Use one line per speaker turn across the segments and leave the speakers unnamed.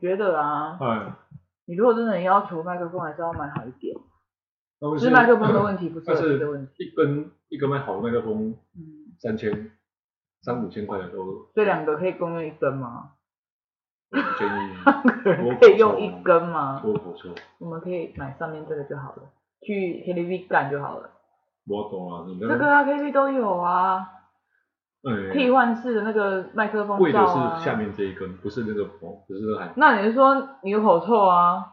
觉得啊，
哎，
你如果真的很要求麦克风，还是要买好一点。
那
不
问题
是麦克风的问题，不是
但
耳
是
机的问题。
一根一根麦好的麦克风
嗯，
三千三五千块的都
这两个可以共用一根吗？
不建议多
可以
补
用
充
一根吗？
多补充。
我们可以买上面这个就好了，去 KTV 干就好了。
我懂了，你那
这个啊，KTV 都有啊，替
哎，
换式的那个麦克风
贵的
罩啊。
是下面这一根，不是那个哦，不是那个还
那你是说你有口臭啊？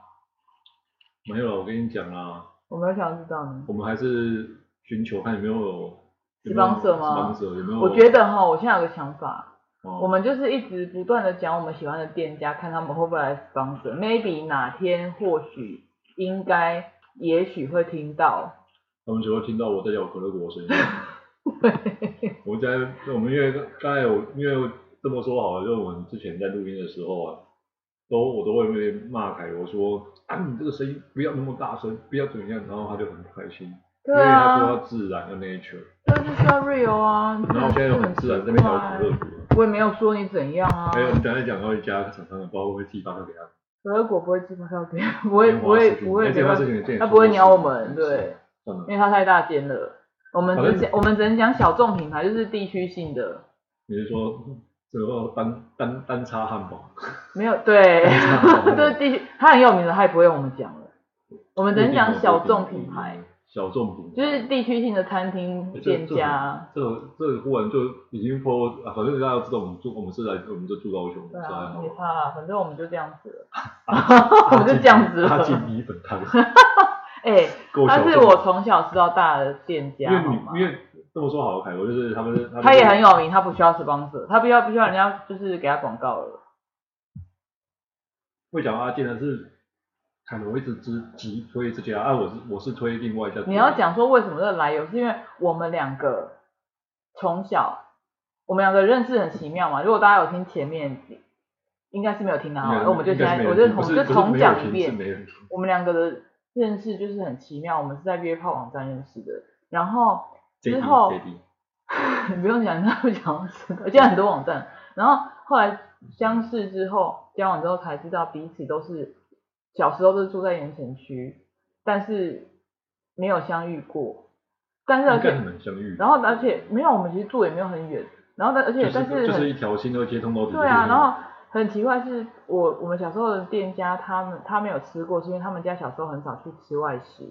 没有了。我跟你讲啊，
我没有想要知道呢。
我们还是寻求看有没有有没有
Sponsor 吗
sponsor，有没有？
我觉得哈，我现在有个想法，
哦
我们就是一直不断的讲我们喜欢的店家，看他们会不会来 sponsor。Maybe 哪天或许应该也许会听到，
他们只会听到我在咬可乐果的声音。我在我们因为刚才我因为我这么说好了，就是我们之前在录音的时候啊，都我都会被骂凯我说啊你这个声音不要那么大声，不要怎么样，然后他就很不开心，因
对
为他说
啊，
要自然要 nature，
这就是要 real 啊。你
然后我现在又很自然在那边咬可乐果。
我也没有说你怎样啊，
啊哎，我们刚才讲到一家厂商的包，我会寄发票给他。
可乐果不会寄发票给，不会不会不会
这
给
件
他，
事情，
他不会鸟我们，对，，
算了
因，为它太大间了。我们只
反
讲我们只能讲小众品牌，就是地区性的，
你是说这个单单单叉汉堡？
没有对，
汉堡
对地区它很有名的，它也不会用我们讲了。我们只能讲小众品牌。，
小众品牌
就是地区性的餐厅店家，
这个这个忽然就已经说，啊反正大家都知道我们住，我们是来，我们就住高雄，
对
是
啊
吧，
没差啊，反正我们就这样子了，我们就这样子
他进
了。
米粉汤，
哎，
够小
他
众
是我从小吃到大的店
因
家，
为
好吗
你因为这么说好了，凯哥就是他们，们
他也很有名，他不需要吃帮手，他必要必须要人家就是给他广告了。
会讲阿健的是，凯我一直只急推这家，啊，我是我是推另外一家，
你要讲说为什么这个来由，是因为我们两个从小，我们两个认识很奇妙嘛。如果大家有听前面，应该是没有听到，啊
应该是，
那我们就
应
现
该是
在
没
我
人
就
听
重
不是
就
不是
重
没人
讲一
听
遍
是，没人听
我们两个的认识就是很奇妙，我们是在约炮网站认识的，然后之后
JD
你不用讲，他不讲这个，现在很多网站，然后后来相识之后，交往之后才知道彼此都是小时候都是住在盐城区，但是没有相遇过，但是而
应该
且
很难相遇，
然后而且没有，我们其实住也没有很远，然后但而且、
就是
但是很、
就是一条心都接通到底，
对啊，然后很奇怪是我我们小时候的店家，他们他没有吃过，是因为他们家小时候很少去吃外食。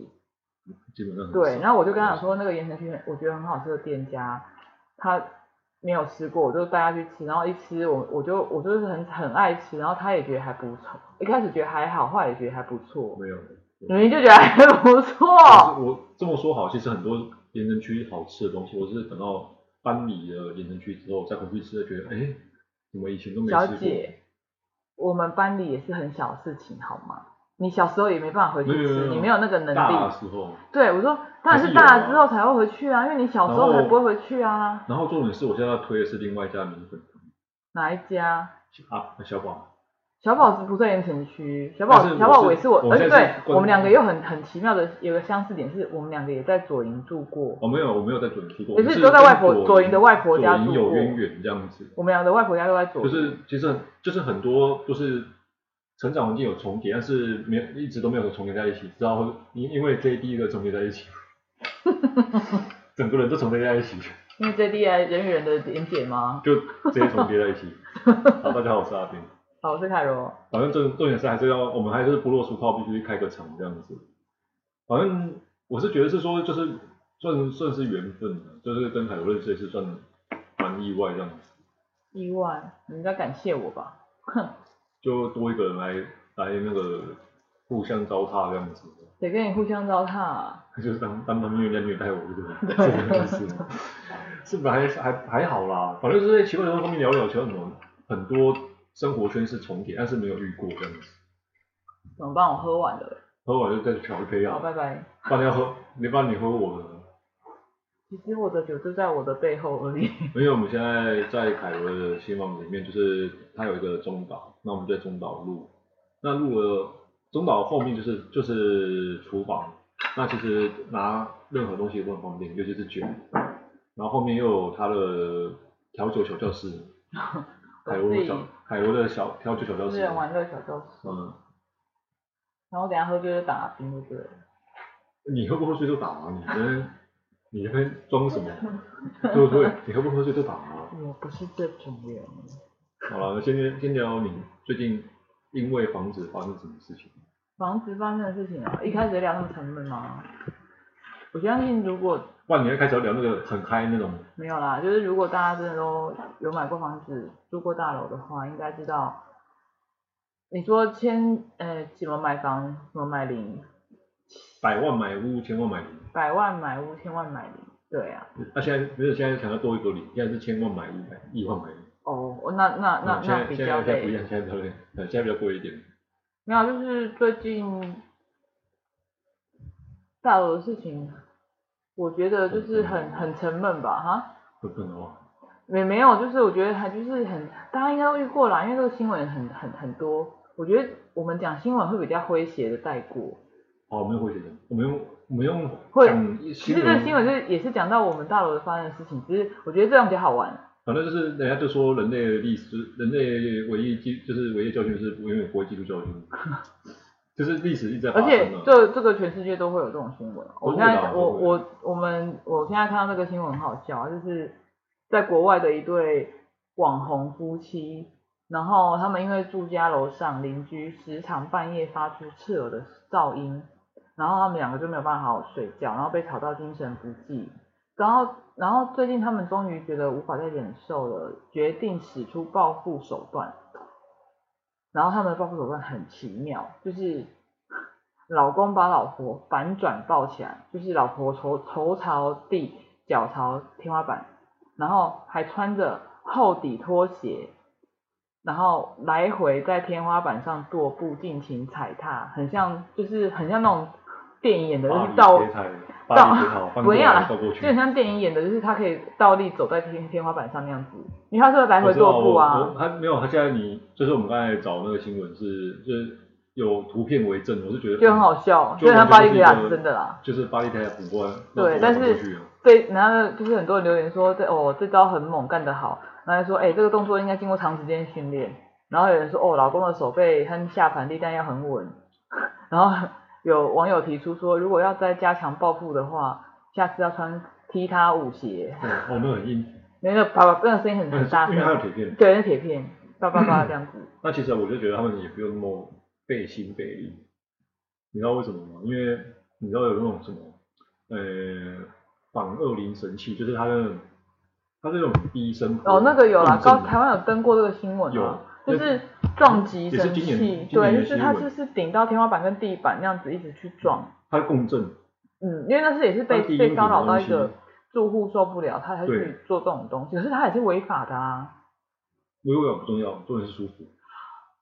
基本上很
对，
少
然后我就跟他讲说，那个盐城区我觉得很好吃的店家，他没有吃过，我就带他去吃，然后一吃我我就我就是很很爱吃，然后他也觉得还不错，一开始觉得还好，后来也觉得还不错，
没有。
明明就觉得还不错，
但是我这么说好，其实很多盐城区好吃的东西，我是等到搬离了盐城区之后再回去吃，才觉得哎，怎么以前都没
小
吃过？
姐，我们班里也是很小的事情好吗？你小时候也没办法回去
没有没
吃，
有
你没有那个能
大
力
的。时候，
对，我说当然是大了之后才会回去啊，因为你小时候才不会回去啊。
啊然后重点是我现在要推的是另外一家米粉
哪一家？
啊，小宝，
小宝是不在盐城区，小
但
宝
啊是
小宝
我是
也是我，
我
而且
现在
对
是关
我们两个又很很奇妙的有个相似点是，我们两个也在左营住过，
我、没有我没有在左营住过，
也
我
是
是
都在
跟
外婆左营的外婆家
左
住
营
过
有。渊源这样子，
我们两个的外婆家都在左
就
营，
是其实很就是很多就是。成长环境有重叠，但是没有一直都没有重叠在一起，直到因因为 J D 的重叠在 一起，整个人都重叠在一起。
因为 JDI 人与人的连结吗？
就直接重叠在一起。好，大家好，我是阿斌。
好，我是凯罗，
反正重重点是还是要，我们还是部落书靠必须开个场这样子。反正我是觉得是说，就是算算是缘分的，就是跟海伦认识也是算蛮意外这样子，
意外，你应该感谢我吧？哼，
就多一个人来来那个互相糟蹋这样子，
得跟你互相糟蹋啊、
就是当当当虐待虐待我这个这个意思。是不是还还还好啦？反正就是在奇怪的方面聊聊，其实我们很多生活圈是重叠，但是没有遇过这样子。
怎么办？我喝完了，
喝完就再去调配
好，
啊，
拜拜。
不然要喝，你不然你喝我的。
其实我的酒就在我的背后 而已。
因为我们现在在凯文的新房里面，就是它有一个中岛，那我们在中岛录，那录了中岛后面就是就是厨房，那其实拿任何东西都很方便，尤其是酒，然后后面又有它的调酒小教室，
我
凯
自
文
己
小海螺的小挑去小教
私
室，
人玩乐小教室。
嗯，
然后等一下喝就是打冰就对了。
你喝不喝水就打啊，你跟你那边装什么？对不对？你喝不喝水就打啊。
我不是这种人。
好了，先聊先聊你最近因为房子发生什么事情？
房子发生的事情啊，一开始就聊那么沉闷吗？我相信如果
不然你一开始要聊那个很嗨那种，
没有啦，就是如果大家真的都有买过房子、住过大楼的话，应该知道，你说千呃什么买房、什么买零、
百万买屋，千万买零。
百万买屋、千万买零，对啊。
那、现在没有，现在想要多一个零，现在是千万买屋，买亿万买屋。
哦，那那那
嗯现
那
在
比
现
较
在比较不一
累。
样，现在比较累，嗯，现在比较贵一点。
没有，啊就是最近大楼的事情，我觉得就是很很沉闷吧，哈。
不不能忘，
也没有，就是我觉得还就是很，大家应该都遇过啦，因为这个新闻很很很多。我觉得我们讲新闻会比较诙谐的带过，
哦，我们用会写的，我们用我们用
会
讲
其
新
实这个
闻，
新闻就是也是讲到我们大楼的发生的事情，只是我觉得这样比较好玩。
反正就是人家就说人类的历史，人类唯一记就是唯一的教训是永远不会记住教训， 就是历史一直在
而
发
且
生啊。
这这个全世界都会有这种新闻。我现
都会
在
啦
我
都会
我我们我现在看到这个新闻很好笑，啊就是在国外的一对网红夫妻，然后他们因为住家楼上，邻居时常半夜发出刺耳的噪音，然后他们两个就没有办法好好睡觉，然后被吵到精神不济，然后然后最近他们终于觉得无法再忍受了，决定使出报复手段。然后他们的报复手段很奇妙，就是老公把老婆反转抱起来，就是老婆头头朝地，脚朝天花板，然后还穿着厚底拖鞋，然后来回在天花板上踱步，尽情踩踏，很像就是很像那种电影演的，就
巴
是
黎
倒
铁塔，巴黎铁塔，翻
不
过
一样啦
来，倒过去
就。很像电影演的，就是他可以倒立走在天天花板上那样子，因为他是来
我
回
知道
踱步
我
啊
我。他没有，他现在你就是我们刚才找那个新闻是就是有图片为证，我是觉得
就很好笑，
就
所以他巴
完全
黎
是
铁
一
塔
个
是啊真的啦。
就是巴黎铁塔不过
对，但是
啊
对，然后就是很多人留言说这哦这招很猛，干得好。然后就说哎这个动作应该经过长时间训练。然后有人说哦老公的手背和下盘力量要很稳。 然后有网友提出说，如果要再加强抱负的话，下次要穿踢踏舞鞋。
我们哦很硬，
那个啪啪，那个声音很很大
因为还有
声，
铁片。
对，那铁片叭叭叭这样子。
那其实我就觉得他们也不用那么费心费力，你知道为什么吗？因为你知道有那种什么，呃，仿恶灵神器，就是它的，它这种低声波
哦，那个有啦，
共振
高
的
台湾有登过这个新闻啊，
有
就是撞击
也是
神
今年
器，
今
对，
年的
就是
新
它
闻
就是顶到天花板跟地板那样子一直去撞，
它共振，
嗯，因为那是也是被
当地
被
英
骚
语的
扰到
东
一个
西
住户受不了，他才去
对
做这种东西，可是他也是违法的啊，
微微不重要，重点是舒服。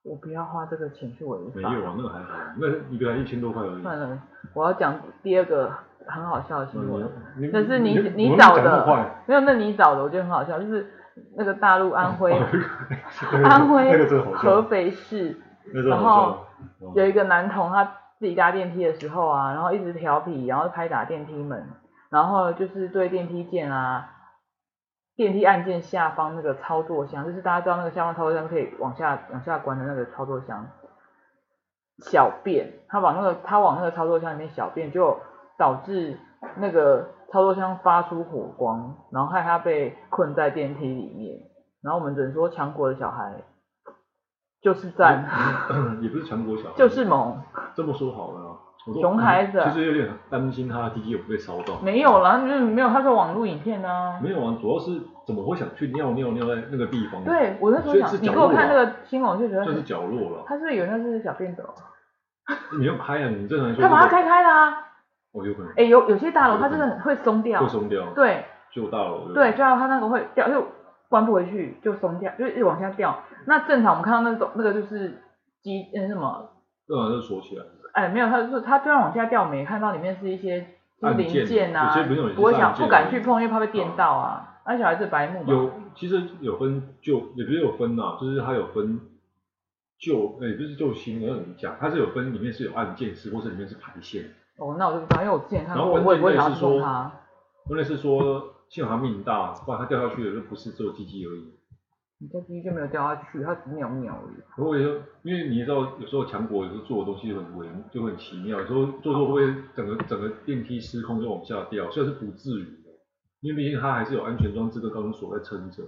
我不要花这个钱去违
没
法，
有啊，那个还好，那一个才一千多块而已。
算了，我要讲第二个很好笑的新闻，
嗯你
那是你
你
你找
我们讲那么
的
快，
没有，那你找的我觉得很好笑，就是那个大陆安徽 安
安哦那
徽
个真的好
合
笑，
肥市。
那个真的好笑。哦
有一个男童他自己搭电梯的时候啊，然后一直调皮，然后拍打电梯门，然后就是对电梯键啊、电梯按键下方那个操作箱，就是大家知道那个下方操作箱可以往下往下关的那个操作箱，小便，他往那个他往那个操作箱里面小便，就导致那个操作箱发出火光，然后害他被困在电梯里面。然后我们只能说，强国的小孩就是赞，
嗯也不是全国小 孩，
就是猛。
这么说好了啊，我都
熊孩子啊
就是有点担心他的弟弟有没有被烧到。
没有啦，就是没有，他说网络影片啊。
没有啊，主要是怎么会想去尿尿尿在那个地方？，啊
对我那时候
所
想，
以是
你
角
给
落啊
我看那个新闻，我就觉得
算是
很
角落了。
他是不是以为那是小便斗，
你要拍啊，你正常来说，
他把它，开开啦、啊。
我有可能
哎、有有些大楼它真的很会松掉
会，松掉，
对
就大楼。
对，，就要它那个会掉，就关不回去就松掉，就一直往下掉。那正常我们看到那种那个就是机呃那什么，
正常啊就锁起来。
哎、没有，它就是它就算往下掉，我们也看到里面是一些就是
按键
零件啊
有些不是有，些
不会
是
想
按
不
键
敢去碰，因为怕被电到啊。那、小孩子白目嘛，
有，其实有分旧，也不是有分呐、就是它有分旧，呃也不是旧新，我怎么讲？它是有分里面是有按键式，或是里面是排线。
哦，那我就不知道，因为我之前看
然
过，
后
我也不会
关
想要
键是
去碰
说
它。
关键是说，幸好他命大，不然他掉下去了就不是只有鸡鸡而已。
你这鸡就没有掉下去，它只扭扭而已。
可我有时候，因为你知道，有时候强国有时候做的东西很微，就很奇妙，有时候做做会整个整个电梯失控就往下掉，虽然是不至于的，因为毕竟它还是有安全装置跟钢索在撑着。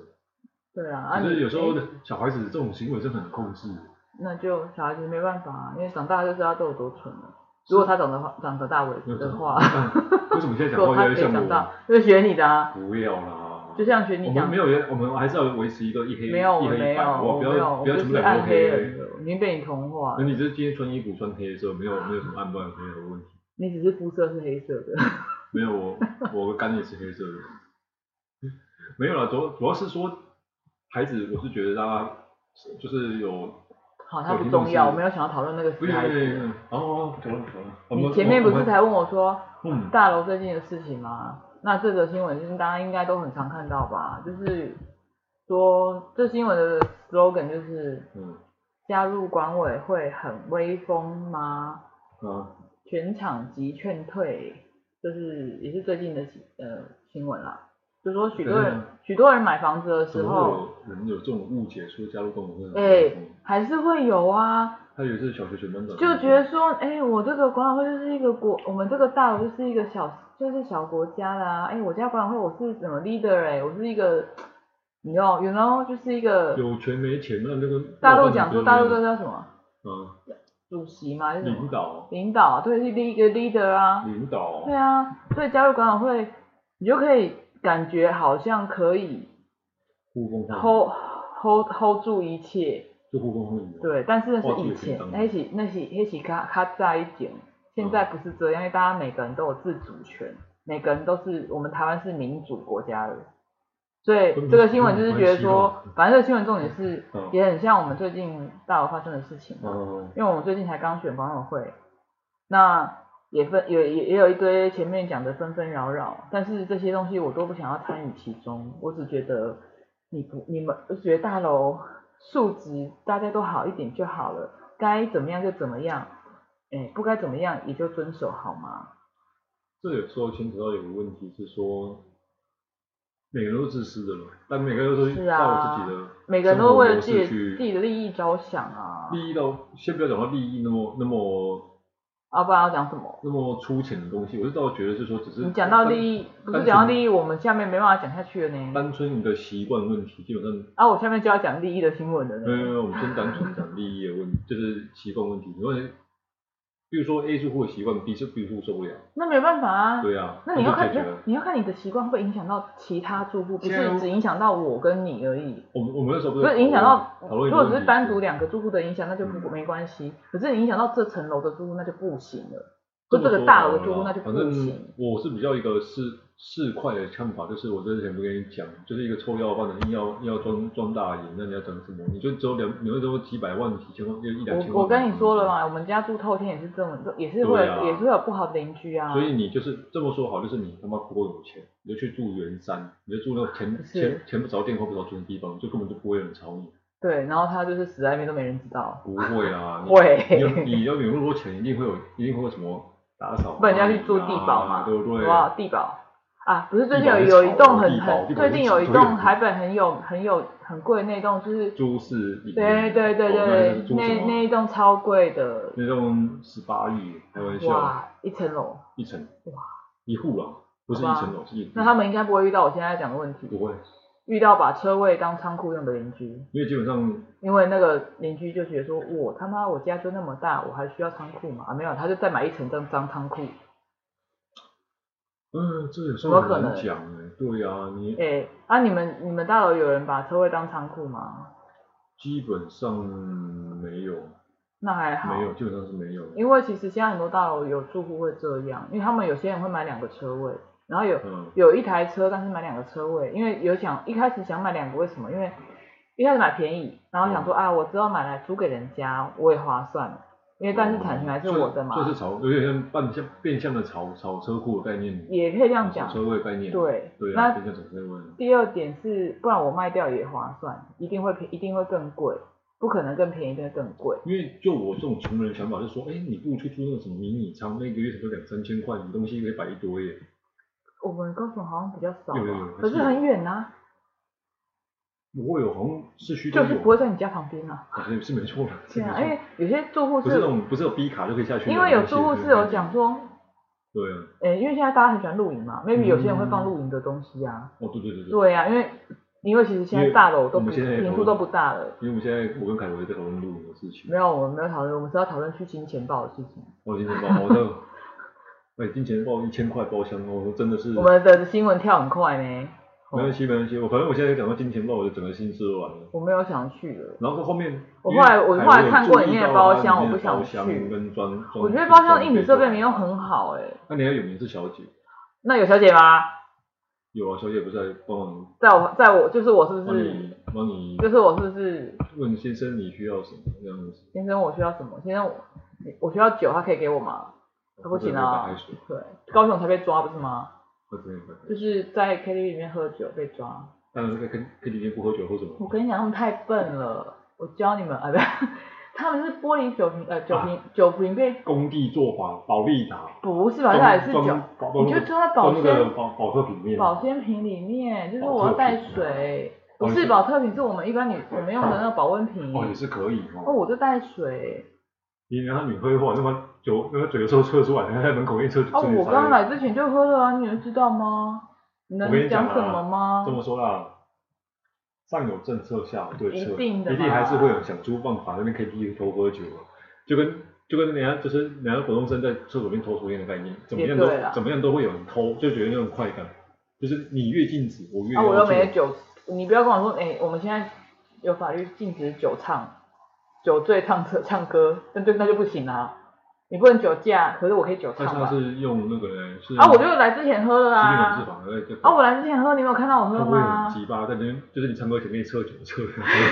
对啊，啊
可
你
是有时候
哎
小孩子这种行为是很控制的。
那就小孩子没办法、啊，因为长大就知道他有多蠢了。如果他长得长得大尾
嗯
的 话，
为什么现在
如
讲
果
话
他
越来
可
越
以
像
长大
我？，
就是学你的啊，
不要啦，
就像学你
我
讲
们没有原，我们还是要维持一个一黑
没有，
一
我
黑
没
一
有，
白，好不
我
好不
没有，
要
我
不要
就
全部
是
两
暗
个
黑
黑
人了，已经被你同化
那
了。
你这今天穿衣服穿黑色，没有没有什么暗不暗黑的问题。
你只是肤色是黑色 的，
没有，我我的肝也是黑色的。没有啦，主要主要是说孩子，我是觉得大家就是有，
好像不重要，我没有想要讨论那个
不
死
是
孩子。
哦哦，懂了懂了。我们
你前面不
我
是
们
才问我说
嗯
大楼最近的事情吗？那这则新闻就是大家应该都很常看到吧，就是说这新闻的 slogan 就是
嗯
加入管委会很威风吗？
啊
全场即劝退，就是也是最近的新呃新闻啦，就说许多人、
嗯
许多人买房子的
怎
时
么
候，
会有人有这种误解，说加入共同会？
哎、还是会有啊，
他以为是小学全班长，
就觉得说，哎、我这个管委会就是一个国，我们这个大楼就是一个小，就是小国家啦。哎、我家管委会我是什么 leader 哎、我是一个，你知道，you know，就是一个
有权没钱，那那个
大陆讲说大陆这
的
叫什么
嗯
主席嘛，还是什
领
么
导嗯
领导啊，对，是一个 leader 啊，
领导
对啊，所以加入管委会，你就可以感觉好像可以
呼风唤雨
hold hold hold 住一切，
就呼风唤雨，，
对，但是那
哇
是以
这个
前
可以当
那是那是那是咔咔在一点，现
嗯
在不是这样，因为大家每个人都有自主权，每个人都是我们台湾是民主国家的，所以
跟
这个
民
新闻
主
就
有
是
关
觉得
系
说
吗，
反正这个新闻重点是
嗯
也很像我们最近大陆发生的事情嘛，
嗯
因为我们最近才刚选管委会，那也分也也也有一堆前面讲的纷纷扰扰，但是这些东西我都不想要参与其中，我只觉得你不你们我觉得大楼素质大家都好一点就好了，该怎么样就怎么样，哎，不该怎么样也就遵守好吗？
这有时候牵扯到有个问题是说，每个人都是自私的嘛，但每个人都
是啊
照自己的
每个人都为了自己
生活模式去
自己的利益着想啊，
利益到，先不要讲到利益那么那么
啊不然要讲什么？
那么粗浅的东西，我是倒觉得是说只是
你讲到
单
利益，不是
单纯
讲到利益，我们下面没办法讲下去了呢。
单纯你的习惯问题，基本上
啊，我下面就要讲利益的新闻了
没有没
呢。
有，我们先单纯讲利益的问题，就是习惯问题。因为比如说 A 住户的习惯，B 是 B 住户受不了，
那没办法啊。
对啊，
那你要
就
看
解
你
决
要
了。
你要看你的习惯会影响到其他住户，不
现在
是只影响到我跟你而已。
我们我们那时候不
不
是
是影响到，
讨论
如
一个
果
问题
只是单独两个住户的影响，那就不
嗯
没关系。可是你影响到这层楼的住户，那就不行了。
这
就
么
这个
说
大
好
楼的
了
住户，
啦
那就
反
不
正
行。
我是比较一个市市侩的看法，就是我之前不跟你讲，就是一个臭要饭的，硬要硬要装装大爷，那你要讲什么？你就只有两，你会只有几百万、几千万，就一两千万。
我我跟你说了嘛，我们家住透天也是这么，也是会
对啊
有也是会有不好的邻居啊。
所以你就是这么说好，就是你他妈不够有钱，你就去住圆山，你就住那种
不
钱
是
钱钱不着店、货不着村的地方，就根本就不会有人吵你。啊
对，然后他就是死在那边都没人知道，
不会啊，你
会
你有你要有那么多钱，一定会有，一定会有什么打扫啊，
不然人家去住地堡嘛，
啊对不
好
对？
不好？地堡啊，不是最近
地堡
有
很
有一
吵
栋
地
很
堡
很
地堡
最
很
近有一
吵
栋
对
台北很有很有很贵那栋，就是
租是一哦
对对对对，那那一栋超贵的，
那栋十八亿，开玩笑，
哇，一层楼。
一层
哇
一户了，不是一层楼，是一户
那他们应该不会遇到我现在讲的问
不
题，
会，
遇到把车位当仓库用的邻居，
因为基本上
因为那个邻居就觉得说，我他妈我家就那么大，我还需要仓库吗？啊，没有，他就再买一层当当仓库。
嗯，这有时
怎么
候
可
很
能
难讲哎，对啊，你
哎、啊，你们你们大楼有人把车位当仓库吗？
基本上没有，
那还好，
没有，基本上是没有，
因为其实现在很多大楼有住户会这样，因为他们有些人会买两个车位，然后有
嗯，
有一台车，但是买两个车位，因为有想一开始想买两个，为什么？因为一开始买便宜，然后想
嗯
说、啊，我知道买来租给人家，我也划算，因为但是产权还是我的嘛，
嗯就就是炒，有点像半像变相的炒炒车库的概念，
也可以这样讲
炒。车位概念，
对，
对啊，
那
变相炒车位，
第二点是，不然我卖掉也划算，一定会便，一定会更贵，不可能更便宜，一定会更贵。
因为就我这种穷人想法，就说，哎，你不如去租那个什么迷你仓，那一个月才两三千块，你东西可以摆一堆耶。
我们高雄好像比较少吧，
有有有
可是
是
很远呐、
不会有，好像市区都
啊就
有，
是不会在你家旁边啊。
啊是是没错啦，是
对
没
啊，
错
因为有些住户
不是那种不是有 B 卡就可以下去的东西，
因为有住户
对
是有，讲说，
对啊，
诶、因为现在大家很喜欢露营嘛，maybe 有些人会放
嗯
露营的东西啊。
哦对对对对，
对啊，因为因为其实现
因
在
为
大楼都不
我们现在也
平
讨
数
论
都不大了。
因为我们现在我跟凯文在讨论露营的事情，
没有，我们没有讨论，我们是要讨论去金钱豹的事情。
我金钱豹，好像，哎，金钱豹一千块包厢哦，我真的是，
我们的新闻跳很快呢，
没关系没关系，我反正我现在讲到金钱豹，我就整个心吃完了。
我没有想去了。
然后后面，
我
因为
后来我
凯
后来
文
看
注
过
意
里面的
到
包
它
厢我
里面
不
的
想
包厢
去
跟装，装
我觉得包厢的
装
硬体
备
设备
都
没有很好哎、
那你还有名是小姐，
那有小姐吗？
有啊，小姐不是还帮忙
在我在我就是我是不
帮
是
你帮你
就是我是不是
问先生你需要什么这样子，
先生我需要什么？先生我我需要酒，他可以给我吗？他不行
打
啊
开水，，
对，高雄才被抓不是吗？
不可以不可以，
就是在 KTV 里面喝酒被抓。
但是在跟跟里面不喝酒或什
我
么，
跟你讲，他们太笨了，我教你们啊，不 是，他们是玻璃酒瓶，
啊
呃，酒瓶、酒瓶被
工地做法保利达，
不是吧？啊那也是
装
酒，
装
我觉得装在保
装那个
鲜
保保特瓶面，
保鲜瓶里面，就是
保
我要
特
带
瓶
水，不
保温
是
瓶
保特瓶，是我们一般女我们用的那个保温瓶。
哦也是可以
哦，
哦。
我就带水。
你让他女喝一会儿，那么酒那个嘴都抽出来，然后在门口一抽
哦，
就
我刚来之前就喝了啊，你能知道吗？你能
我跟你讲啊
什么吗
这？么说啦，上有政策，下有对策，
一定的
一
嘛
定还是会有想出办法在那边 KTV 偷喝酒，啊就跟就跟人家就是人家活动生在厕所里面偷抽烟的概念，怎么样
也对啦
都怎么样都会有人偷，就觉得那种快感，就是你越禁止，我越
啊，我
要
又
做
没酒，你不要跟我说，哎、我们现在有法律禁止酒唱、酒醉唱歌、唱歌，那就那就不行啊。你不能酒驾，可是我可以酒
但
唱
是他
吧？
是用那个是
啊，我就来之前喝了
基
啊。
本是法在这
啊，我来啊之前喝，你没有看到我
他
喝
会很
吗？
鸡巴在那边，就是你唱歌前面测酒测，
那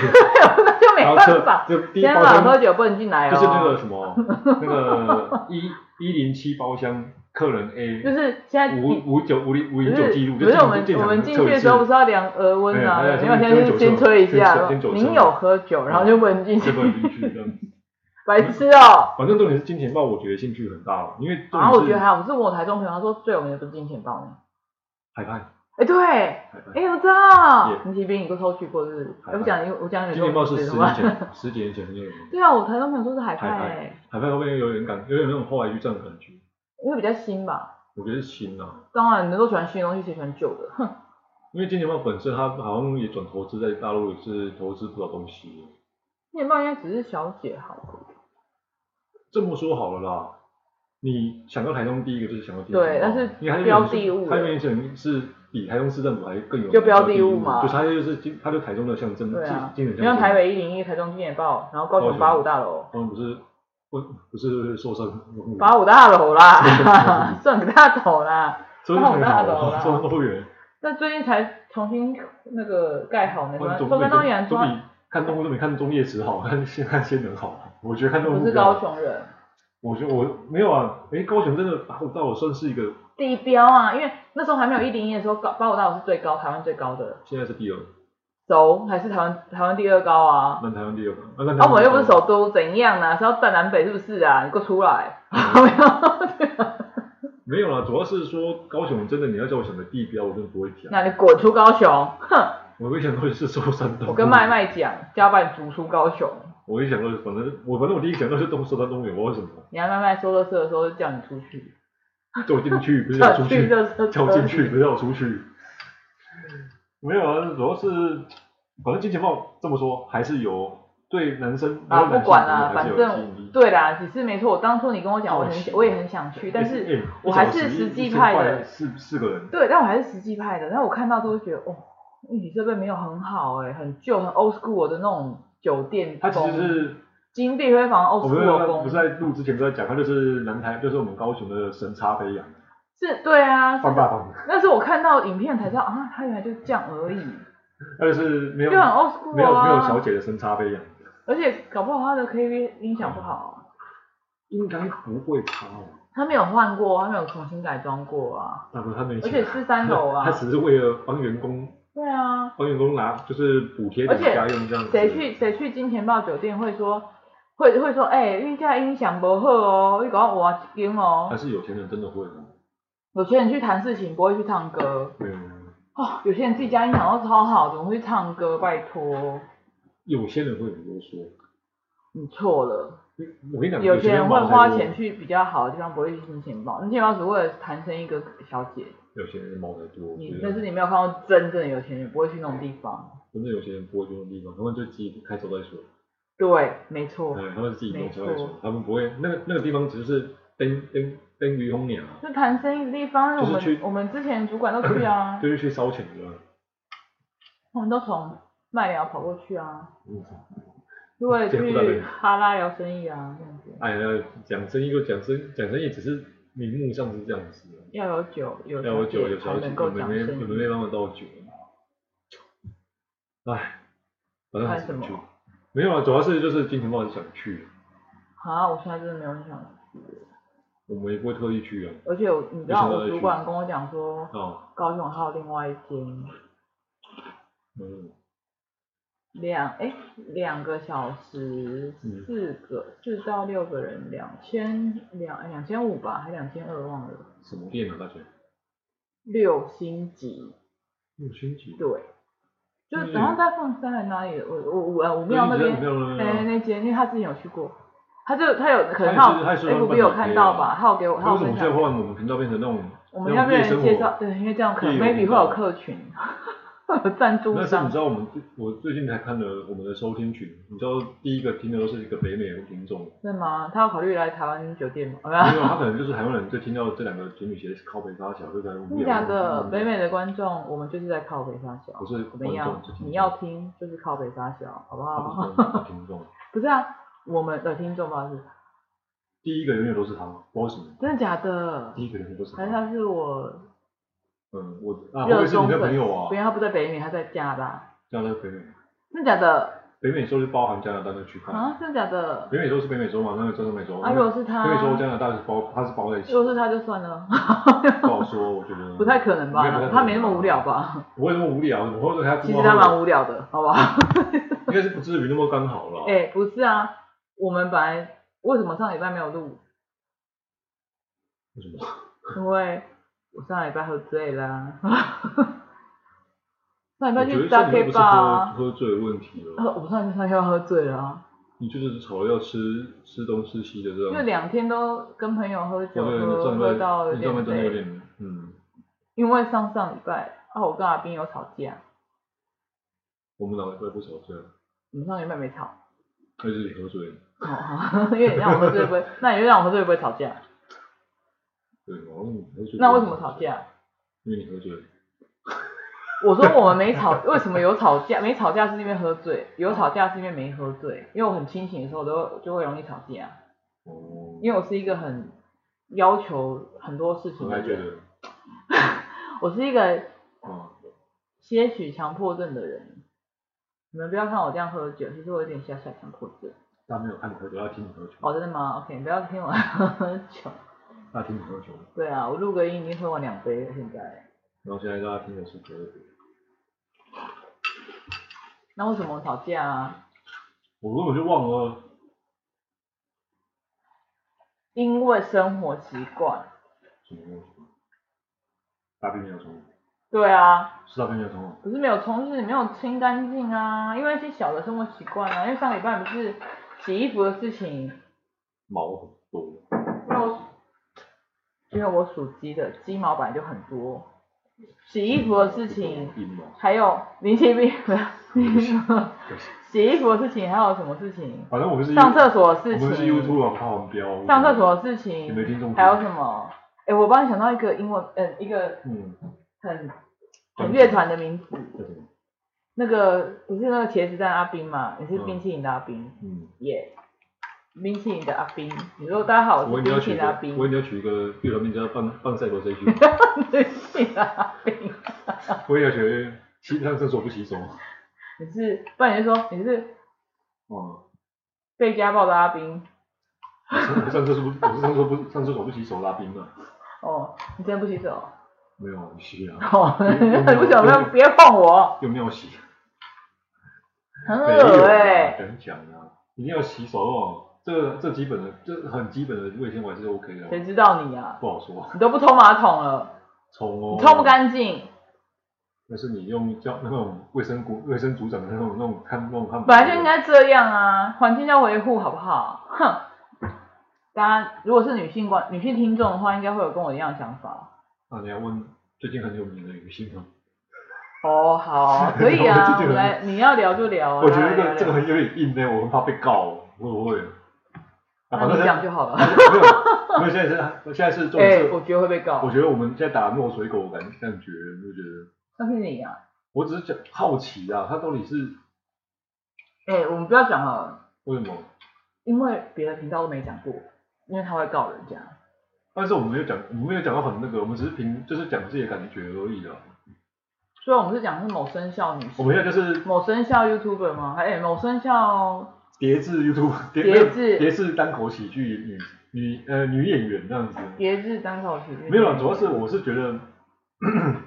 就没
然后
办法
测，就第一
先
包
老
厢
喝酒不能进来哦。
就是那个 什么，那个一一零七包厢客人 A，
就是现在你
五五九五零五
不
零九
是
记录，
不
就是进
我们
进
我
场
们进去
测
的
一
时候不是
次
要量额温啊？
哎
没有，
先
先是先吹一下
先先酒，测嗯
您有喝酒，然后就不能进
这
去
不，能进去这样子。
白痴哦。
反正重点是金钱豹，我觉得兴趣很大，哦因为
然后啊我
重
觉得
点
还
是
好，可是我台中朋友他说最有名的不是金钱豹吗？
海派，
哎，对，哎，
海派。
我知道
Yeah，
你骑兵你都偷去过是不是？
海
哎，我
派
讲你，我讲你
金钱豹是十
什
年
么？
前，十几年前很有名。
对啊，我台中朋友说是海派，
海派
哎
海派后面有点感，有点那种后来就这样的感觉。
因为比较新吧。
我觉得是新啊，
当然，人都喜欢新的东西，谁喜欢旧的？哼，
因为金钱豹本身它好像也转投资在大陆，也是投资不少东西。
金钱豹应该只是小姐好了。
这么说好了啦，你想到台中第一个就是想到金钱豹
对但是
因为它
标的物
它原本是比台中市政府还更有
就标
的
的物嘛
就是它就是金，它就台中的象征，
对啊，
嗯金金
你
人象
像
征。
台北一零一、台中金钱豹，然后高
高
雄
雄
八五大楼，
他们不是不不是说声，
八五大楼 啦，算个大头啦。
说声
八五大楼
好，
啦
说声后援，
那最近才重新那个盖好那个
观众
中山动物园
都
说
比看动物都没看中叶池好，看先看仙人好。我觉得看动物
不是
比较好
高，雄人
我觉得我没有啊，哎，高雄真的八五大楼算是一个，
地标啊，因为那时候还没有一零一的时候，高八五大楼是最高，台湾最高的，
现在是第二，
轴还是台湾台湾第二高啊。
南台湾第二吧，啊，南台
啊，我
湾
们
第
又
二
不是首都，怎样啊？是要站南北是不是啊？你给我出来！没有，
没有啦，主要是说高雄真的，你要叫我想个地标，我真的不会讲。
那你滚出高雄！ 哼，
我会想到就是寿山动物园
我跟麦，麦讲，就要把你逐出高雄。
我一想到，反正我反正我第一个想到是动寿山动物园，我为什么？
你要麦麦收垃圾的时候，就叫你出去，
走进去不是
叫
要
你
出
去
去，
垃圾车
跳进去，不是要出去。没有啊，主要是反正金钱豹这么说还是有对男生
啊，不管啦
啦，，
反
还是有吸引
正
力
对啦，只是没错。我当初你跟我讲，我很
好奇
想，我也很想去，但
哎
是
哎
我还
一
是
小时
实际
一千
派
块
的，
四四个人，
对，但我还是实际派的。但我看到都会觉得，哦，你这边没有很好哎、很旧，很 old school 的那种酒店
他其
风，
实是
金碧辉煌 old
我们
school
不
风，
是在录之前都在讲，他就是南台，就是我们高雄的神差飞扬，
是，对啊。
放大版。
但是我看到影片才知道啊，它原来就这样而已，
那就是没有
就很 old school 啊。
没有没有小姐的身差飞扬，
而且搞不好他的 KV 音响不好啊、
应该不会差哦。
他没有换过，他没有重新改装过啊。
大哥他没
而且
钱，
是三楼啊
他。只是为了帮员工
对啊，
帮员工拿就是补贴
而
给
且
家用这样子。
谁去谁去金钱豹酒店会说会会说，哎、欸，你家音响不好哦，你给我换一间哦
但。是有钱人真的会吗？
有些人去谈事情不会去唱歌，
嗯，
哦，有些人自己家音响都超好，怎么会唱歌？拜托，
有些人会怎么说？
你错了。
我跟你讲，
有些人会
忙太
花
多
钱，去比较好的地方，不会去金钱豹。那金钱豹只为了谈生一个小姐，
有些人毛太多，啊
你
我觉
但是
得
你没有看到真正的有钱人不会去那种地方。
真的有些人不会去那种地方，他们就自己开走再说。
对，没错，
对，他们自己
没
弄车来
错
说，他们不会，那个那个地方只是灯灯灯鱼红鸟，
就谈生意的地方，我
就是
们
去
我们之前主管都去 啊，
就是去烧钱的。
我们都从麦寮跑过去啊，
嗯，
就 为了
见不到
去
人
哈拉聊生意啊，这样子
哎呀，讲生意就讲生讲生意，只是名目上是这样子的。
要有酒有
要有酒
姐
有
才
小姐，
能够
你们
讲
没
生
你们没
意。
办法倒酒。哎，反正
看
很
什
想
么
去。没有啊，主要是就是金钱豹是想去，
啊，我现在真的没有很想去，
我们也不会特意去啊。
而且我你知道我主管跟我讲说，
哦，
高雄还有另外一间
嗯，
两哎两个小时
嗯
四个四到六个人两千两两千五吧，还两千二忘了，
什么店啊，大学？
六星级
六星级。
对，就是
嗯
好像在凤山还哪里，我我我呃武庙那边
没有没有
哎、
没有。
那间，因为他之前有去过，他就他有可能
他也
他
是
有
他也是老
FB
板
有
的
看
对
到
啊
吧，他有给我他有
为什
分
么现在
享
换我们频道变成那种
我们要不
那
然
种夜
介
生
绍
活？
对，因为这样可能
夜游
maybe
频
会有
道
客群， 会有赞助
但是你
商
知。道我们我最近才看了我们的收听群，你知道第一个听的都是一个北美的听 众，
是吗？他要考虑来台湾酒店吗？
因为他可能就是台湾人，就听到这两个情侣鞋是靠北大小，就在无
真
聊。
的假的？北美的观众，我们就是在靠北沙小，
不是
怎么
观
样
众，是？
你要听就是靠北沙小，好不
他
好？
不是听众，
不是啊，我们的听众吧是，
第一个永远都是他，不知道为什么，
真的假的？
第一个永远都是
还是
他。
他是我
嗯，我啊，会不
热
会是你
衷
的
粉
朋
丝？
友
不
啊？
要，他不在北美，他在加拿大。
加拿大北美，
真的假的？
北美洲是包含加拿大那个区块，
啊，真的假的？
北美洲是北美洲嘛，那个叫做美洲。
啊，如果是他，
北美洲加拿大是包，它是包在一起。
如果是他就算了，
不好说，我觉得
啊不太可能
应该
吧？
不太可能
他没那么无聊吧？
不会那么无聊，我会说他
其实他蛮无聊的，好不好？
应该是不至于那么刚好了。
哎、不是啊，我们本来为什么上礼拜没有录？
为什么？
因为我上礼拜喝醉啦。 上礼
我
拜
觉得
去
这个
Ducky
不是
Bar，啊
喝喝醉的问题
喝
了，
呃我上礼拜上礼拜喝醉了、啊，
你就是吵要吃吃东吃西的这
就
样。
两天都跟朋友喝酒，
哦对你
喝
上
喝
班
到有
你上
点
班真的有
醉。
点嗯，
因为上上礼拜啊，我跟阿斌有吵架，
我们老一辈不吵架，
我们上礼拜没吵。
但是你喝醉了，
哦， 好因为你让我喝醉 不会，那你就让我喝醉不会吵架，
对，我说你喝醉。
那为什么吵？架？
因为你喝醉了。
我说我们没吵， 为什么有吵架？没吵架是因为喝醉，有吵架是因为没喝醉。因为我很清醒的时候都就会容易吵架，
哦，
因为我是一个很要求很多事情
很
的
爱醉
人，
的。
我是一个
啊，
些许强迫症的人。你们不要看我这样喝酒，其实我有点小小强迫症。
他没有看你喝酒，他听你喝酒，
哦，真的吗？OK，不要听我 喝酒。
他听你喝酒，
对啊，我录个音已经喝完两杯了，现在。
然后现在大家听的是可乐。
那为什么我吵架啊？
我根本就忘了，
因为生活习惯。
什么东西？大便没有冲，
对啊，
是大便没有冲。
不是没有冲，就是你没有清干净啊，因为一些小的生活习惯啊，因为上礼拜不是洗衣服的事情，
毛很多，
因为我因为我属鸡的，鸡毛本来就很多，洗衣服的事情，
阴毛，
还有林奇斌，
就是
洗衣服的事情，还有什么事情？
反正我们是
上厕所的
我
事
们是
情，
YouTube 靠黄标，啊
上厕所的事
也没
情，
听众
还有什么？哎，我帮你想到一个英文，呃，一个
嗯，
很很乐团的名字。
叫什么？
那个不是那个茄子蛋阿冰嘛，你是
嗯
冰淇淋的阿冰，
嗯，
耶、冰淇淋的阿冰。你说大家好，
我
我
以
是
为你要
冰淇
取一
淋的阿
个，
嗯冰
我以为，你要取一个乐团名叫棒 棒赛罗 C 区，
冰淇淋的阿冰。
我也要学洗上厕所不洗手，
你是，不然你就说你是
哦，
被家暴的阿冰。
我上厕所不，我是上厕所不上厕所不洗手拉冰啊，
哦，你真的不洗手？
没有你洗啊，
哦，
嗯
不洗手，不要别碰我，
有没有洗？
很
没有
恶
啊，
哎、
敢讲啊，一定要洗手哦，这个这基本的，这很基本的卫生我还是 OK 的
谁
哦，
知道你啊？
不好说，
你都不冲马桶了，
冲哦，
你冲不干净。
但是你用教那种卫生股卫生组长的那种那种看那种看法，
本来就应该这样啊，环境要维护，好不好？哼，大家如果是女性观女性听众的话，应该会有跟我一样的想法。
啊，你要问最近很有名的女性吗？
哦，好，可以
我
啊，
就觉
我
得
们来，你要聊就聊啊。
我觉得
来
这
聊
个这个
聊
很有点硬呢、我很怕被告，会不会？啊，
那
反正
你
没
讲就好了。
有，没有，现在是现在是重点
哎
是，，
我觉得会被告
我，觉得我们现在打落水狗感感觉，就觉得
那是你啊。
我只是讲好奇啊，他到底是
哎，我们不要讲好了，
为什么？
因为别的频道都没讲过，因为他会告人家。
但是我们没有讲，我们没有讲到很那个，我们只是凭就是讲自己的感觉而已啊。
所以我们是讲是某生肖女
我
性，
们现在就是
某生肖 YouTuber 吗？哎，某生肖
叠字 YouTube，
叠
没有
字
叠字单口喜剧女女呃女演员这样子。
节日单口喜剧。
没有啊啦，主要是我是觉得，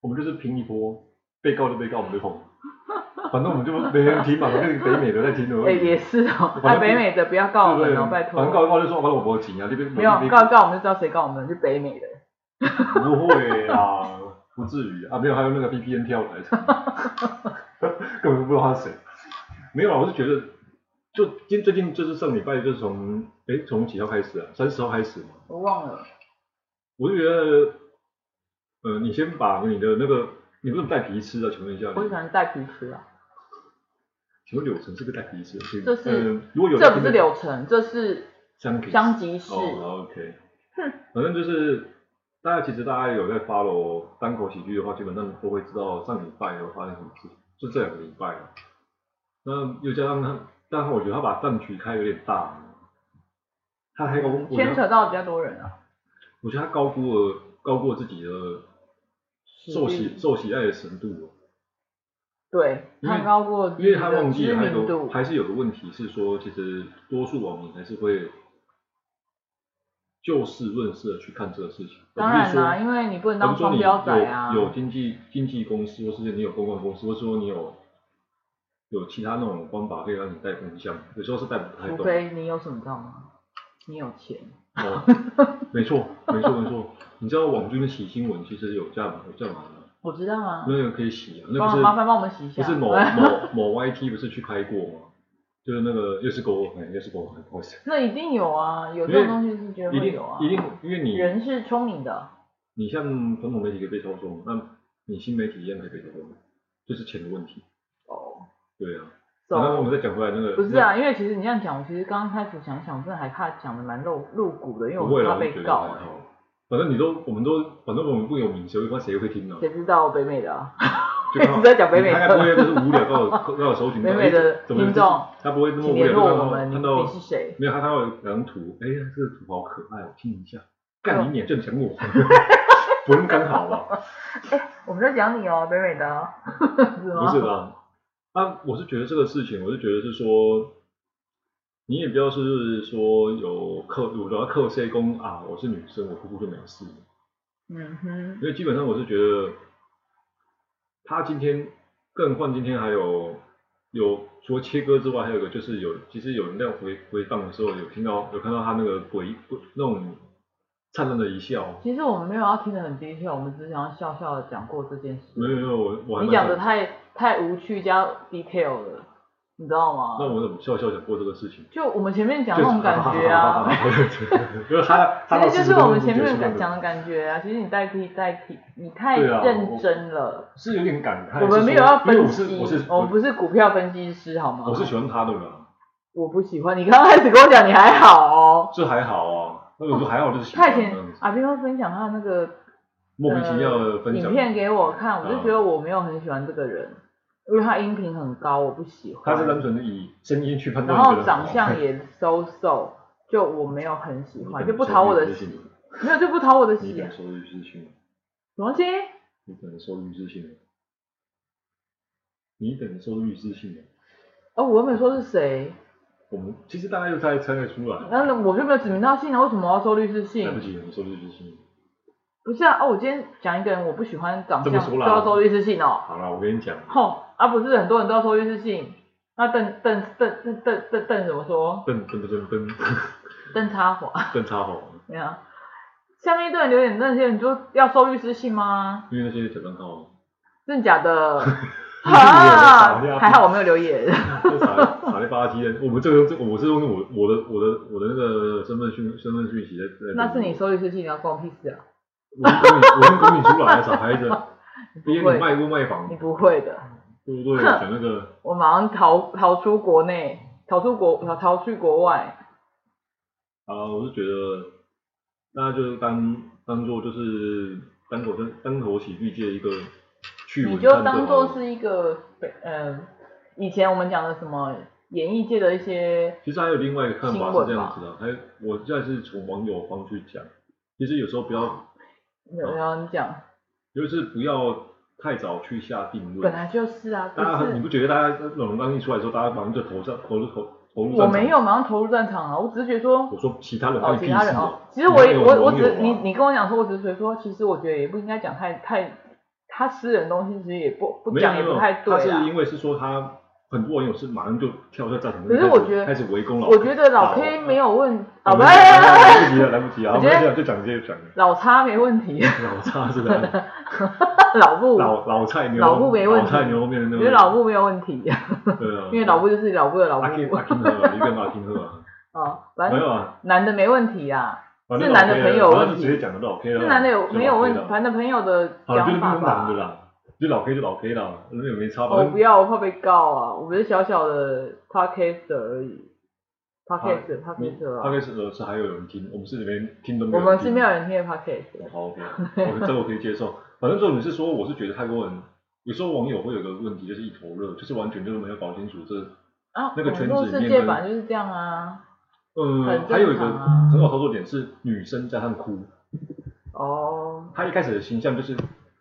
我们就是拼一波，被告就被告，我们就捅。 反正我们就没人听嘛，反正北美的在听的。
哎，也是哦，
反
哎，
正
北美的不要告我
对
们
不
哦，
对
拜托。
反正告一告就说，反正我不会请啊，这边
没有告一告，我们就知道谁告我们，是北美的。
不会啊，不至于啊，没有，还有那个 VPN 跳来， 根本不知道他是谁。没有啊啦，我是觉得，就今最近就是上礼拜就是从哎从几号开始啊？三十号开始嘛。
我忘了，
我就觉得，呃，你先把你的那个，你不是带皮吃啊？请问一下
我喜
你，
欢带皮吃啊。
请问柳橙是个带皮吃的？请
这是
呃、如果有
这不是柳橙，这是
香皮
香吉士。
哦，OK，反正就是大家其实大家有在 follow 单口喜剧的话，基本上都会知道上礼拜有发生什么事，就这两个礼拜了。那又加上他，但是我觉得他把饭局开有点大，他还有我觉
哦牵
得
扯到比较多人啊。
我觉得他高估了高估了自己的受喜受喜爱的程度哦。
对，
因为
他高过自
因
己
为他忘
的
记
知
了还
名
有个
度。
还是有个问题是说，其实多数网民还是会就事论事的去看这个事情，
当然啦、
而
因为你不能
不
当
是
双
说而不是
标仔
说你有、
啊。
有经纪经纪公司，或是你有公关公司，或是说你有有其他那种方法可以让你带风向，有时候是带不太
除
动。
非你有什么，知道吗？你有钱。
哦，没错，没错，没错。你知道网军的洗新闻其实有这样有这样玩的，
我知道啊。
那个可以洗啊，那
帮
不是
麻烦帮我们洗一下
不是某某某 YT 不是去拍过吗？就是那个又是狗粉，又是狗粉，不好意思。
那一定有啊，有
因
这
为
种东西是绝
一
对会
定
有啊。
一定，因为你
人是聪明的，
你像传统媒体可以被操纵，那你新媒体一样可以被操纵，这是钱的问题。
哦，
对啊，
走
然后我们再讲回来那个
不是啊，因为其实你这样讲，我其实刚刚开始想想，我真的还怕讲的蛮露露骨的，因为
那
我
不会
很怕被
啦，我觉得
告欸
还。好。反正你都，我们都，反正我们不有名，谁会谁会听呢？啊
谁知道北美的啊？
就刚好
你在讲北美
他应该不会就是无聊到有到有搜寻到
北美的
哎怎么有
听众
他不会那么
请
无
联
聊，
络我
就
们，
看
你
到看
你
到
是谁？
没有，他看到有张图，哎、呀，这个图好可爱，我听一下。
哦
干你脸正想 我，不用刚好啊吧？
我们在讲你哦，北美的哦， 是
不
吗？
是啦，啊，我是觉得这个事情，我是觉得是说，你也不要是说有克，我主要克谁公啊，我是女生，我姑姑就没事。
嗯哼，
因为基本上我是觉得，他今天更换今天还有有除了切割之外，还有一个就是有，其实有人在回回放的时候有听到有看到他那个鬼鬼那种灿烂的一笑，
其实我们没有要听得很低调，我们只想要笑笑的讲过这件事。
没有没有，我我还
你
蛮
讲
想
的太太无趣加 detail 了，你知道
那
吗？
我怎么笑笑讲过这个事情？
就我们前面讲那种感觉啊，，
就是 他他
其
到
实就
40
是我们
分钟
前面讲
结束了
讲的感觉啊。其实你代替代替，你太
对啊
认真了。
是有点感慨，
我们
是
没有
说
要
因为
分
我
析
是，我是
们不是股票分析师好吗？
我是喜欢他的啦，
我不喜欢。你刚开始跟我讲你还好哦，
这还好啊，那我说还好就是喜
他
欢
以
这
前
样子
阿斌会分享他的那个
莫名其妙的分
影
享
片给我看，我就
嗯
觉得我没有很喜欢这个人，因为他音频很高，我不喜欢。
他是单纯的以声音去判断
然
一个
后
人
长
好
相也 so so，就我没有很喜欢，
你
就
可能
不讨我
收
的
律师
喜
信，了
没有就不讨我的
你
喜
可
啊。
能收律师信了，
什么东西？
你可能收律师信了，你可能收律师信了。
哦，我又没有说是谁，
我们其实大家就猜猜得出来，
那我就没有指名道姓啊，为什么我要收律师
来不
信？
及，你收律师信了。
不是啊，哦，我今天讲一个人我不喜欢长
这
相，
么啊
就
说啦
要收律师信哦。
好了，我跟你讲，
吼，啊，不是很多人都要收律师信，那邓邓邓邓邓邓邓怎么说？
笨笨笨笨笨
邓插华，
笨插红，
对啊，下面一堆人留言那些，你就要收律师信吗？
因为那些小账号
真的假的？
啊
啊，还好我没有留言。
就傻傻了吧唧的。 我们这个这个我是用我我的我的我的那个身份讯身份讯息在在。
那是你收律师信，你要关我屁事啊！
我是公民，我是公民出来的傻 孩子，因为你卖屋卖房
你，不会的，
对不对？讲那个
我马上逃逃出国内，逃出国逃逃去国外。
啊，我是觉得大家就是当当做就是单口单单口喜剧界一个趣闻，
你就当做
哦
是一个呃，以前我们讲的什么演艺界的一些，
其实还有另外一个看法
新
是
闻
这样
吧
子的，还有我现在是从网友方去讲，其实有时候不要，哦
然后你讲
就是不要太早去下定
本
论。
来就是啊，不
大家你
是
不觉得大家那种刚一出来的时候，大家马上就投上投入投投入战
我
场
没，有马上投入战场啊，我只是觉得说
我说其他人
哦
关，你
其
屁
他
事
人
哦
哦，。其实我也
没有
我我
网友
只
啊
你你跟我讲说，我只是觉得说，其实我觉得也不应该讲太太，他私人东西其实也不不
没有
讲
没
也
有，
不太对
他
啊
是。因为是说他很多网友是马上就跳下战场，
可是
开始
我觉得
开始围攻老 K，
我觉得老 K 没有问，
啊
啊不
来来不及了来不及了，
我
我
觉
们
得
讲就讲这些讲的，
老差没问题，
老差是吧？
老布，我
老老菜牛
老布没问
老
题
菜牛肉面的那
觉
个，
得老布没有问题，
对啊，
因为老布就是老布的老
阿 King
布
阿 King 喝啊，一个人阿 King 喝啊，
哦，反
没
正
有啊，
男的没问题啊，
反正
是男的朋友有
老 K
问题
了他就直接讲的老 K 了，
是男的有
就老 K
没有问题
了，
反正朋友的
好了，就是
讲
那
法
种男的
吧。
啦，就老 K 就老 K 啦，那也没差，反
我
正
不要，我怕被告啊！我不是小小的 podcaster 而已，podcaster，podcaster
大
啊，
概是呃是还有人听，我们是连听都没有
我
人
们
听，
是没有人听的 podcast。
好 OK，我这我可以接受。反正重点是说，我是觉得泰国人有时候网友会有个问题，就是一头热，就是完全就是没有搞清楚这。呃
啊，
那个圈
网络
子里面
世界
跟
版就是这样啊。
呃
很，
还有一个
正常啊
很好操作点是女生在看哭，
哦，
她一开始的形象就是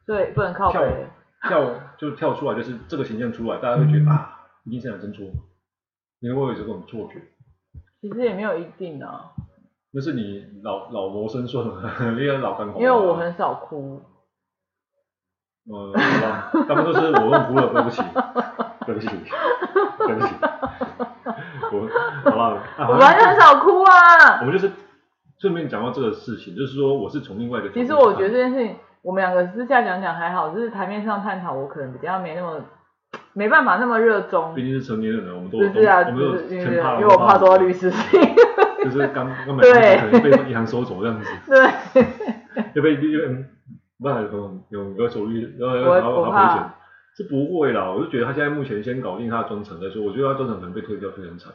对，不能靠
跳
北。
跳就跳出来，就是这个形象出来，大家会觉得啊，一定是想真错，你会不会有这种错觉？
其实也没有一定啊，
哦那是你老老谋深算 了，你也老干红。
因为我很少哭。
呃，好吧，他们都是我问哭了，对不起， 对不起，对不起，我好吧，啊
我还是很少哭啊
我。们就是顺便讲到这个事情，就是说我是从另外一个角度
其
去看。
实我觉得这件事情，我们两个私下讲讲还好，就是台面上探讨，我可能比较没那么，没办法那么热衷
毕。竟是成年人了，我们都
不是啊，
我
就
们都
是因为
很怕，
因为我怕收到律师 信。
就是刚刚买
对
可能被银行收走这样子，
对，
就被就不然有有有手续，然后
我
然后
我
他
怕
赔钱。是不会啦，我就觉得他现在目前先搞定他的专程再说。我觉得他专程可能被推掉推很惨。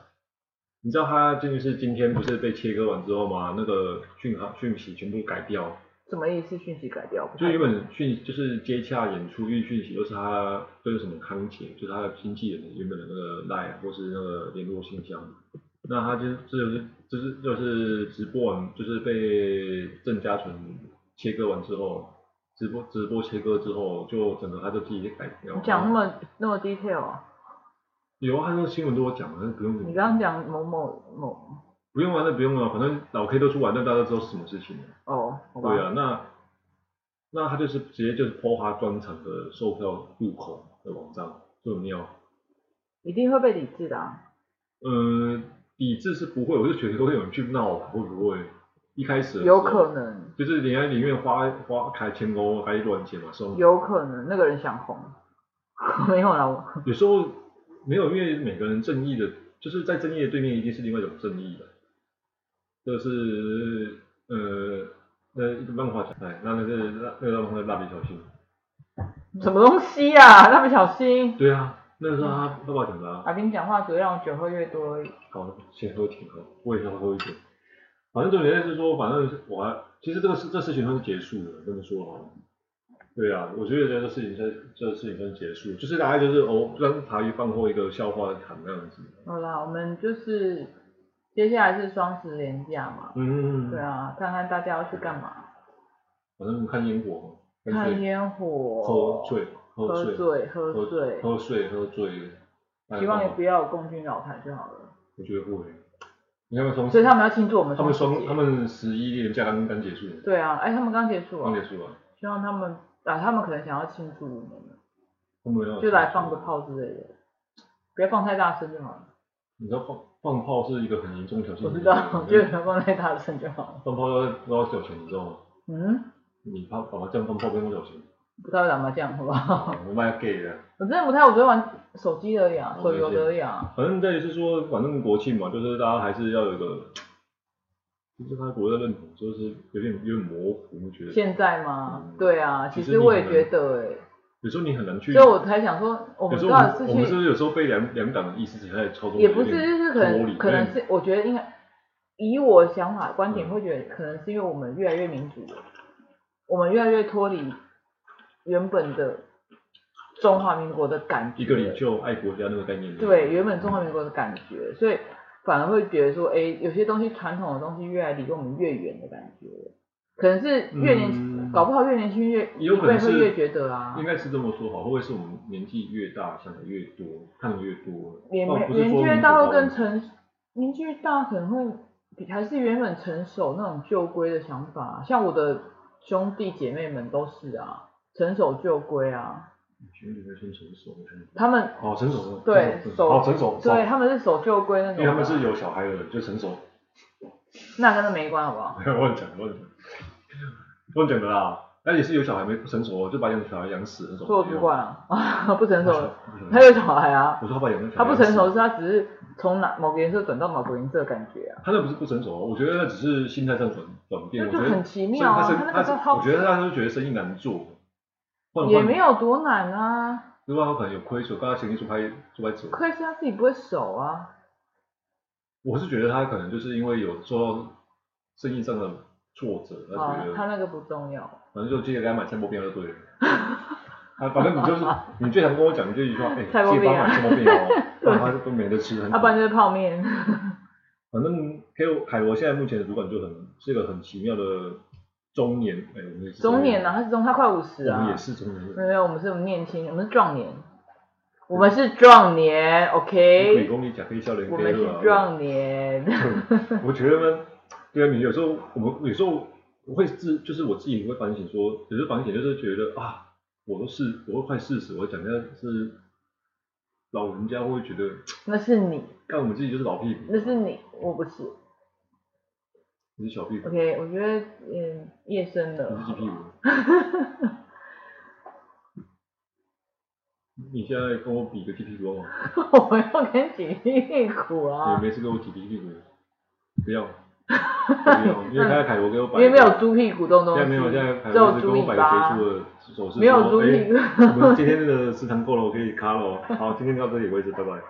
你知道他真的是今天不是被切割完之后吗？那个讯号讯息全部改掉，
什么意思？讯息改掉？
就原本讯就是接洽演出预讯息都是他就是什么康姐，就是他的经纪人原本的那个 line 啊或是那个联络信箱，那他就是这就是就是就是直播完就是被郑嘉纯切割完之后，直播直播切割之后，就整个他就自己改掉
你。讲那么那么 detail 啊？
有啊，他那个新闻都我讲了，那不用
你刚刚讲某某某
不用啊，那不用啊，反正老 K 都出完，那大家都知道是什么事情了。
哦，好吧
对啊，那那他就是直接就是 PO 他专场的售票入口的网站，就有没有？
一定会被抵制的、啊。
嗯，抵制是不会，我就觉得会有人去闹，会不会？一开始的时候
有可，能，
就是人家宁愿花花开千欧，开一万钱嘛，送。
有可能那个人想红， 没有啦，我
有时候没有，因为每个人正义的，就是在正义的对面一定是另外一种正义的，这是呃，那一个漫画讲，哎，那那个那那个漫画叫蜡笔小新，
什么东西呀、啊？蜡笔小新，
对啊，那个是他
嗯
爸爸讲的啊。
阿斌讲话只会让我酒喝越多而已。
好，先喝挺喝，我也要喝一点。反正重点就是说，反正我还其实这个事这事情算是结束了，这么说好了。对啊，我觉得这个事情算这个事情算是结束，就是大概就是哦，让茶余饭后一个笑话谈那样子。
好啦，我们就是接下来是双十连假嘛，
嗯，
对啊，看看大家要去干嘛，
反正看烟火，
看
醉，
烟火
喝，醉，喝
喝
醉，
醉，喝醉，
喝醉，喝醉。哎
希望也
放
不要有共军老台就好了。
我觉得会，你看他们
所以
双，
他们要庆祝我们
他们
双十
双，
节
他们十一连假刚刚结束，
对啊，哎，他们刚结束啊
刚，结束啊，
希望他们啊，他们可能想要庆祝我们，
他们要
就来放个炮之类的，不要放太大声就好了。
你知道放放炮是一个很严重的挑衅行
我
为吗，
知道，就不要放太大声就好了。
放炮要要缴钱，你知道吗？
嗯，
你怕打麻将放炮跟我小心，
不太会打麻将，好不好？
我卖给了。
我真的不太，我只会玩手机而已啊，
哦
手游
对
而已啊。
反正这也是说，反正国庆嘛，就是大家还是要有一个，就是他国家认同，就是有点有点模糊，我觉得
现在吗
嗯？
对啊，
其
其
实
实我
你
也
很
觉得哎、
有时候你很难去。
所以我才想说，我
有
们
时
到
候我
底是
们我们是
去，
不是有时候被两两党的意思还在操纵？
也不是，
有点
就是可
脱离
能可能
有点
是，我觉得应该，以我想法观
嗯
点会觉得，可能是因为我们越来越民主了，我们越来越脱离原本的中华民国的感觉，
一个领袖爱国家那个概念。
对原本中华民国的感觉，所以反而会觉得说，哎，有些东西传统的东西越来离我们越远的感觉，可能是越年轻，
嗯
搞不好越年轻越
也有可能
一辈会
是
越觉得啊
应，该是这么说好，会不会是我们年纪越大，想的越多，看的越多？
年
哦倒不是
年纪
说
越
民
大
主
会
化
更成，年纪越大可能会比还是原本成熟那种旧规的想法啊、像我的兄弟姐妹们都是啊，成守旧规啊，
选举会先成熟，
他们
哦，成熟，
对
成熟
守
哦，成熟，
对
熟，
他们是守旧规那种
因
的啊、
为他们是有小孩的人，就成熟。
那跟他没关好不好？
不要 乱讲，乱讲，乱讲的啦。但也是有小孩没不成熟，哦就把养小孩养死那种。哎
做主管啊， 不成
不
熟
成
了，
熟，
他有小孩啊，
我说他把养
他不成熟，是他只是从哪某个颜色转到某个颜色的感觉啊，
他那不是不成熟，哦我觉得他只是心态上转转变。
那
我
就
觉得
很奇妙啊
所以
他那
他
个
是
叫
他是，
好
我觉得他就觉得生意难做，换
也没
有，
有多难啊，
另外他可能有亏损，刚才前面出拍出拍走。
亏是他自己不会守啊。
我是觉得他可能就是因为有受到生意上的挫折，他
啊
觉，得
他那个不重要。
反正就借给他买菜包饼就对了。啊，反正你 就是你最常跟我讲的就一句话，哎、
菜包
借
饼
帮
啊
买菜包饼 哦，不然他都没得吃。很
要、不然就是泡面。
反正凯罗凯罗现在目前的主管就很是一个很奇妙的中年，哎、我们也 是
中年啊，他是中，他快五十
我
啊
们也。是中年
没
人，
有没有，我们是我们年轻，我们是壮年，我们是壮年
鬼
，OK，
公你讲可以笑脸
我
给啊
们是
了。
壮年。
嗯我觉得呢，对啊，你有时候我们有时候我会自，就是我自己会反省说，有时候反省就是觉得啊，我都是我都快四十，我讲一下是老人家会觉得，
那是你，
看我们自己就是老屁股，
那是你，我不是。
你是小屁股，
OK，我觉得嗯，夜深
你
了
是， 鸡屁股。你现在跟我比个鸡屁股好吗？
我要跟你屁股啊
你，每次跟我比鸡屁股，不要，不要，因为他凯我给我摆
因
一
为
个，
没有猪屁股这种东
现
西，
在没有，现在还
只有
是
猪
跟
尾
我摆
巴
结。束的手势，
没有
说
猪屁股
哎我们今天的时长够了，我可以卡了哦。好，今天到这里为止，拜拜。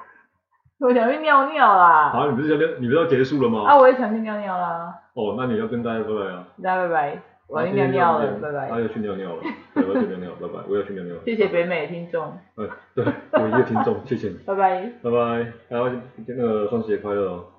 我想去尿尿啦，
好，你不是要你不是要结束了吗？
啊，我也想去尿尿啦，
哦，那你要跟大家拜拜啊。
大家拜拜，我要
那
去尿
今天就
尿
到这
了，
边
拜拜
他。要去尿尿了，对，我要去尿尿，拜拜，我要去尿尿。
谢谢北美的听众，
嗯，对，有一个听众，谢谢你，
拜拜。
拜拜。还有那个双十节快乐哦。